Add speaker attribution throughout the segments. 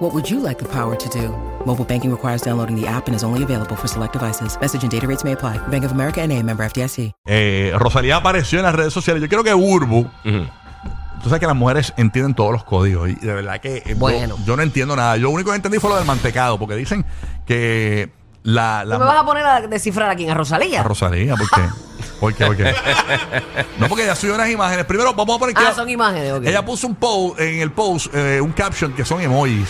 Speaker 1: What would you like the power to do? Mobile banking requires downloading the app and is only available for select devices. Message and data rates may apply. Bank of America and a member FDIC.
Speaker 2: Eh, Rosalía apareció en las redes sociales. Yo creo que Urbu. Tú sabes que las mujeres entienden todos los códigos. Y de verdad que eh, yo-
Speaker 3: Bueno.
Speaker 2: yo, no entiendo nada. Yo lo único que entendí fue lo del mantecado, porque dicen que la, la
Speaker 3: ¿Tú me vas a poner a descifrar a quién? ¿A Rosalía?
Speaker 2: a Rosalía, ¿por qué? ¿Por qué? ¿Por qué? No, porque ella subió unas imágenes. Primero, vamos a poner que
Speaker 3: ah,
Speaker 2: ella,
Speaker 3: son imágenes, ok.
Speaker 2: ella puso un post, en el post, eh, un caption que son emojis.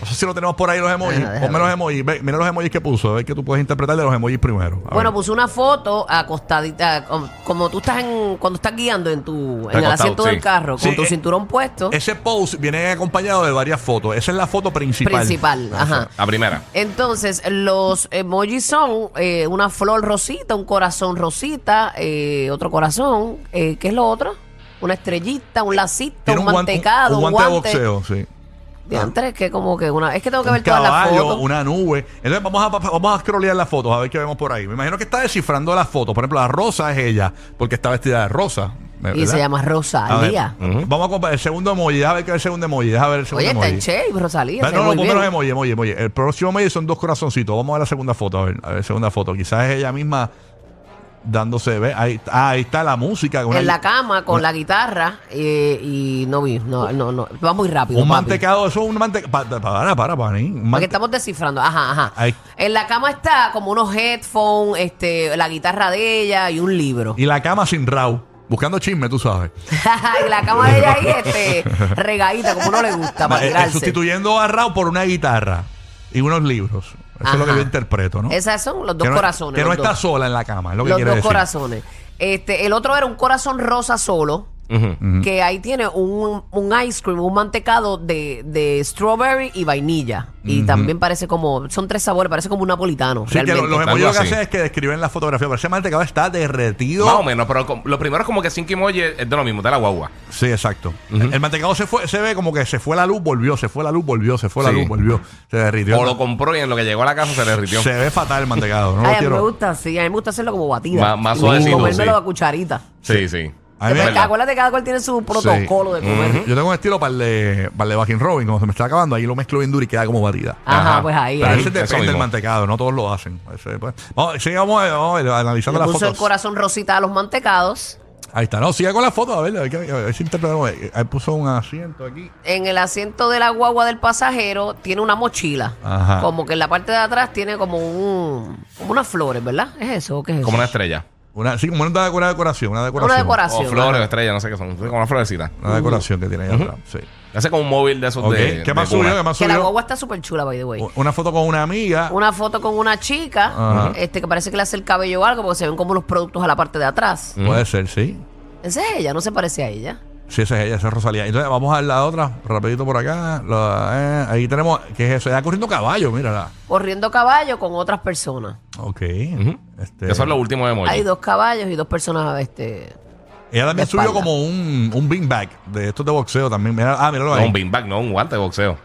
Speaker 2: No sé si lo tenemos por ahí los emojis.
Speaker 3: Ajá, déjalo.
Speaker 2: Ponme los emojis. Ve, mira los emojis que puso. A ver que tú puedes interpretar de los emojis primero. A
Speaker 3: bueno,
Speaker 2: ver.
Speaker 3: puso una foto acostadita, como, como tú estás en, cuando estás guiando en tu en el
Speaker 4: Acostado,
Speaker 3: asiento
Speaker 4: sí.
Speaker 3: del carro, con
Speaker 2: Sí,
Speaker 3: tu
Speaker 2: eh,
Speaker 3: cinturón puesto,
Speaker 2: Ese post viene acompañado de varias fotos. Esa es la foto principal. Ah,
Speaker 3: principal. Ajá.
Speaker 4: La primera.
Speaker 3: Entonces, los emojis son eh, una flor rosita, un corazón rosita, eh, otro corazón. eh, ¿Qué es lo otro? Una estrellita, un lacito,
Speaker 2: Tiene
Speaker 3: Ah, un,
Speaker 2: guante-
Speaker 3: mantecado,
Speaker 2: un
Speaker 3: un
Speaker 2: guante,
Speaker 3: guante.
Speaker 2: de boxeo, sí.
Speaker 3: Diantre, es que como que una. Es que tengo que
Speaker 2: Un
Speaker 3: ver todas las
Speaker 2: caballo,
Speaker 3: fotos.
Speaker 2: una nube. Entonces vamos a, vamos a scrollear las fotos, a ver qué vemos por ahí. Me imagino que está descifrando las fotos. Por ejemplo, la rosa es ella, porque está vestida de rosa. ¿verdad?
Speaker 3: Y se llama
Speaker 2: A ver,
Speaker 3: Rosalía.
Speaker 2: Vamos a comparar el segundo emoji. Deja ver qué es el segundo emoji. Deja ver el segundo
Speaker 3: Oye, está
Speaker 2: emoji.
Speaker 3: en Che y Rosalía.
Speaker 2: No,
Speaker 3: se
Speaker 2: no,
Speaker 3: ve
Speaker 2: no,
Speaker 3: muy
Speaker 2: ponme los
Speaker 3: bien.
Speaker 2: emojis, emoji, emoji. El próximo emoji son dos corazoncitos. Vamos a ver la segunda foto. A ver, a ver, segunda foto. Quizás es ella misma dándose. ¿ve? Ahí, ah, ahí está la música. una-
Speaker 3: en la cama con la guitarra eh, y no vi, no, no, no, va muy rápido.
Speaker 2: Un
Speaker 3: papi.
Speaker 2: mantecado, eso es un mantecado. Para, para, para, para. ¿eh? Un
Speaker 3: Porque
Speaker 2: mante-
Speaker 3: estamos descifrando, ajá, ajá.
Speaker 2: Ahí.
Speaker 3: En la cama está como unos headphones, este, la guitarra de ella y un libro.
Speaker 2: Y la cama sin raw. Buscando chisme, tú sabes.
Speaker 3: y la cama de ella ahí, este, regadita, como no le gusta, para
Speaker 2: Eh, eh,
Speaker 3: tirarse.
Speaker 2: sustituyendo a raw por una guitarra y unos libros. Eso es lo que
Speaker 3: Ajá.
Speaker 2: yo interpreto, ¿no?
Speaker 3: Esos son los dos
Speaker 2: que no,
Speaker 3: corazones.
Speaker 2: Que no
Speaker 3: los
Speaker 2: está
Speaker 3: dos.
Speaker 2: sola en la cama, es lo que
Speaker 3: Los
Speaker 2: quiere
Speaker 3: dos
Speaker 2: decir.
Speaker 3: corazones. Este, el otro era un corazón rosa solo. Que ahí tiene un, un ice cream, un mantecado de, de strawberry y vainilla. Y también parece como, son tres sabores, parece como un napolitano.
Speaker 2: Sí, que lo-
Speaker 3: realmente.
Speaker 2: los em-
Speaker 4: Algo
Speaker 2: emojis lo que
Speaker 4: así.
Speaker 2: hacen es que describen la fotografía, pero ese mantecado está derretido.
Speaker 4: Más o menos, pero com- lo primero es como que sin emoji es de lo mismo, de la guagua.
Speaker 2: Sí, exacto. El mantecado se fue, se ve como que se fue la luz, volvió, se fue la luz, volvió, se fue la
Speaker 4: Sí.
Speaker 2: luz, volvió, se derritió.
Speaker 4: O lo compró y en lo que llegó a la casa se le derritió.
Speaker 2: se ve fatal el mantecado, no lo
Speaker 3: Ay, a mí
Speaker 2: quiero.
Speaker 3: me gusta así, a mí me gusta hacerlo como batida.
Speaker 4: Más- más
Speaker 3: Y
Speaker 4: suavecito,
Speaker 3: Comérmelo
Speaker 4: sí.
Speaker 3: a cucharita.
Speaker 4: Sí, sí.
Speaker 2: A mí me-
Speaker 3: Pero
Speaker 4: verdad.
Speaker 3: acuérdate que cada cual tiene su protocolo de comer.
Speaker 2: Yo tengo un estilo para el de, para el de Baskin Robin, como se me está acabando, ahí lo mezclo bien duro y queda como batida.
Speaker 3: Ajá,
Speaker 4: Ajá.
Speaker 3: pues ahí.
Speaker 2: Pero
Speaker 3: ahí.
Speaker 2: ese
Speaker 4: Eso
Speaker 2: depende del
Speaker 4: mismo.
Speaker 2: mantecado, no todos lo hacen. Ese, pues. Vamos, sí, vamos a- vamos a ver,
Speaker 3: Le
Speaker 2: analizando las
Speaker 3: puso el
Speaker 2: fotos.
Speaker 3: corazón rosita a los mantecados.
Speaker 2: Ahí está, no, sigue con las fotos, a ver, a ver, qué- a ver si interpretamos. Eh, Ahí puso un asiento aquí.
Speaker 3: en el asiento de la guagua del pasajero tiene una mochila.
Speaker 2: Ajá.
Speaker 3: Como que en la parte de atrás tiene como un como unas flores, ¿verdad? ¿Es eso o qué es eso?
Speaker 4: Como una estrella.
Speaker 2: Una, sí, como una, una decoración, una decoración.
Speaker 3: Una decoración.
Speaker 4: O flores, o
Speaker 3: ajá.
Speaker 4: estrellas, no sé qué son. Como una florecita.
Speaker 2: Una decoración que tiene ahí atrás, sí.
Speaker 4: Hace como un móvil de esos
Speaker 2: Ah. Ok,
Speaker 4: de.
Speaker 2: ¿Qué más
Speaker 4: de goma.
Speaker 2: subió? ¿Qué más
Speaker 3: Que la
Speaker 2: Ah, subió?
Speaker 3: guagua está súper chula, by the way.
Speaker 2: Una foto con una amiga.
Speaker 3: Una foto con una chica,
Speaker 2: Ajá.
Speaker 3: este que parece que le hace el cabello o algo, porque se ven como unos productos a la parte de atrás.
Speaker 2: Puede ser, sí.
Speaker 3: Esa es ella, no se parece a ella.
Speaker 2: Sí, esa es ella, esa es Rosalía. Entonces, vamos a ver la otra, rapidito por acá. La- eh, ahí tenemos, ¿qué es eso? Está corriendo caballo, mírala.
Speaker 3: Corriendo caballo con otras personas.
Speaker 2: Ok. Este-
Speaker 4: Eso es lo último de
Speaker 3: Hay
Speaker 4: emoji.
Speaker 3: dos caballos y dos personas, este.
Speaker 2: Ella también
Speaker 3: De
Speaker 2: subió
Speaker 3: espalda.
Speaker 2: como un, un beanbag de estos de boxeo también. Mira, ah, míralo
Speaker 4: No,
Speaker 2: ahí.
Speaker 4: un beanbag, no, un eh. guante de boxeo.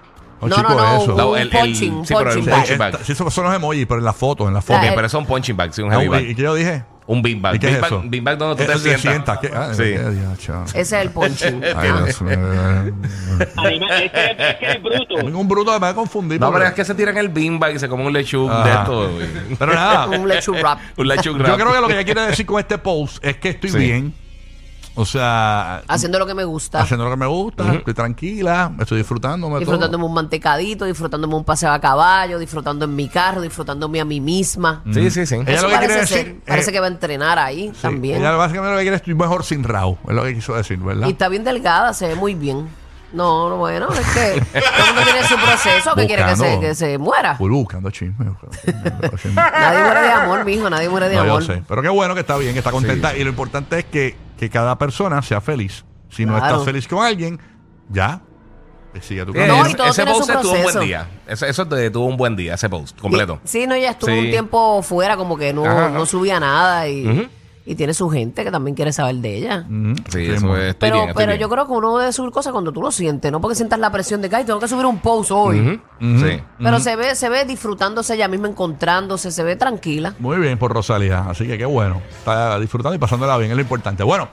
Speaker 2: Oh,
Speaker 3: No,
Speaker 2: chico,
Speaker 3: no, no,
Speaker 2: eso.
Speaker 3: un
Speaker 4: No, el- el-
Speaker 3: punching, un
Speaker 4: sí, pero el
Speaker 3: punching
Speaker 2: Sí,
Speaker 3: bag.
Speaker 4: punching bag.
Speaker 2: esta- sí, eso son los emojis, pero en las fotos, en las
Speaker 3: Ah,
Speaker 2: fotos.
Speaker 4: Ok,
Speaker 3: el-
Speaker 4: pero eso es un punching bag, sí, un
Speaker 2: Ah,
Speaker 4: heavy
Speaker 2: un- ¿Y
Speaker 4: bag. Ah,
Speaker 2: qué yo dije?
Speaker 4: Un beanbag.
Speaker 2: ¿Y qué es
Speaker 4: Beanbag-
Speaker 2: eso?
Speaker 4: Beanbag donde tú
Speaker 2: Eso
Speaker 4: te
Speaker 2: se
Speaker 4: sientas.
Speaker 2: ¿Qué? Ah,
Speaker 4: Sí. Este
Speaker 2: qué diacho.
Speaker 3: Ese es el punching.
Speaker 2: Ay, Dios mío.
Speaker 5: Además, este es que es, que es bruto.
Speaker 2: Ningún bruto me va a confundir.
Speaker 4: No,
Speaker 2: porque-
Speaker 4: pero es que se tiran el beanbag y se come un lechug de
Speaker 2: Ajá.
Speaker 4: esto.
Speaker 2: Pero nada,
Speaker 3: Ah, un lechon wrap.
Speaker 4: Un lechug
Speaker 2: yo creo que lo que ella quiere decir con este post es que estoy
Speaker 4: Sí.
Speaker 2: bien. O sea,
Speaker 3: Haciendo lo que me gusta.
Speaker 2: haciendo lo que me gusta, estoy tranquila, estoy disfrutándome. todo.
Speaker 3: Disfrutándome un mantecadito, disfrutándome un paseo a caballo, disfrutando en mi carro, disfrutándome a mí misma.
Speaker 4: Sí, sí, sí.
Speaker 2: Ella
Speaker 3: Eso
Speaker 2: lo que
Speaker 3: parece
Speaker 2: quiere
Speaker 3: ser.
Speaker 2: decir,
Speaker 3: parece
Speaker 2: eh,
Speaker 3: que va a entrenar ahí
Speaker 2: Sí,
Speaker 3: también.
Speaker 2: Ella básicamente lo que quiere es estoy mejor sin Raúl. Es lo que quiso decir, ¿verdad?
Speaker 3: Y está bien delgada, se ve muy bien. No, no, bueno, es que todo el mundo tiene su proceso que quiere que se,
Speaker 2: Buscando.
Speaker 3: que se muera.
Speaker 2: Voy buscando chisme. buscando chisme.
Speaker 3: Nadie muere de amor, mijo, nadie muere de
Speaker 2: No, yo
Speaker 3: amor.
Speaker 2: sé. Pero qué bueno que está bien, que está contenta. Y lo importante es que, que cada persona sea feliz. Si no
Speaker 3: Claro.
Speaker 2: estás feliz con alguien, ya. que Sigue tu
Speaker 4: Sí,
Speaker 2: camino.
Speaker 3: No, y todo
Speaker 4: ese
Speaker 3: tiene su
Speaker 4: post tuvo un
Speaker 3: proceso.
Speaker 4: buen día. Ese- eso te tuvo un buen día, ese post completo.
Speaker 3: Sí, no, ella estuvo
Speaker 4: Sí.
Speaker 3: un tiempo fuera, como que no,
Speaker 4: Ajá, ajá.
Speaker 3: no subía nada y,
Speaker 4: Ujú.
Speaker 3: y tiene su gente que también quiere saber de ella.
Speaker 4: Sí, eso es. Estoy
Speaker 3: pero
Speaker 4: bien, estoy
Speaker 3: pero
Speaker 4: bien.
Speaker 3: yo creo que uno debe subir cosas cuando tú lo sientes, no porque sientas la presión de que "Ay, tengo que subir un post hoy.
Speaker 4: Ujú, Sí.
Speaker 3: Pero se ve se ve disfrutándose ella misma, encontrándose, se ve tranquila.
Speaker 2: Muy bien por Rosalía, así que qué bueno. Está disfrutando y pasándola bien, es lo importante. Bueno,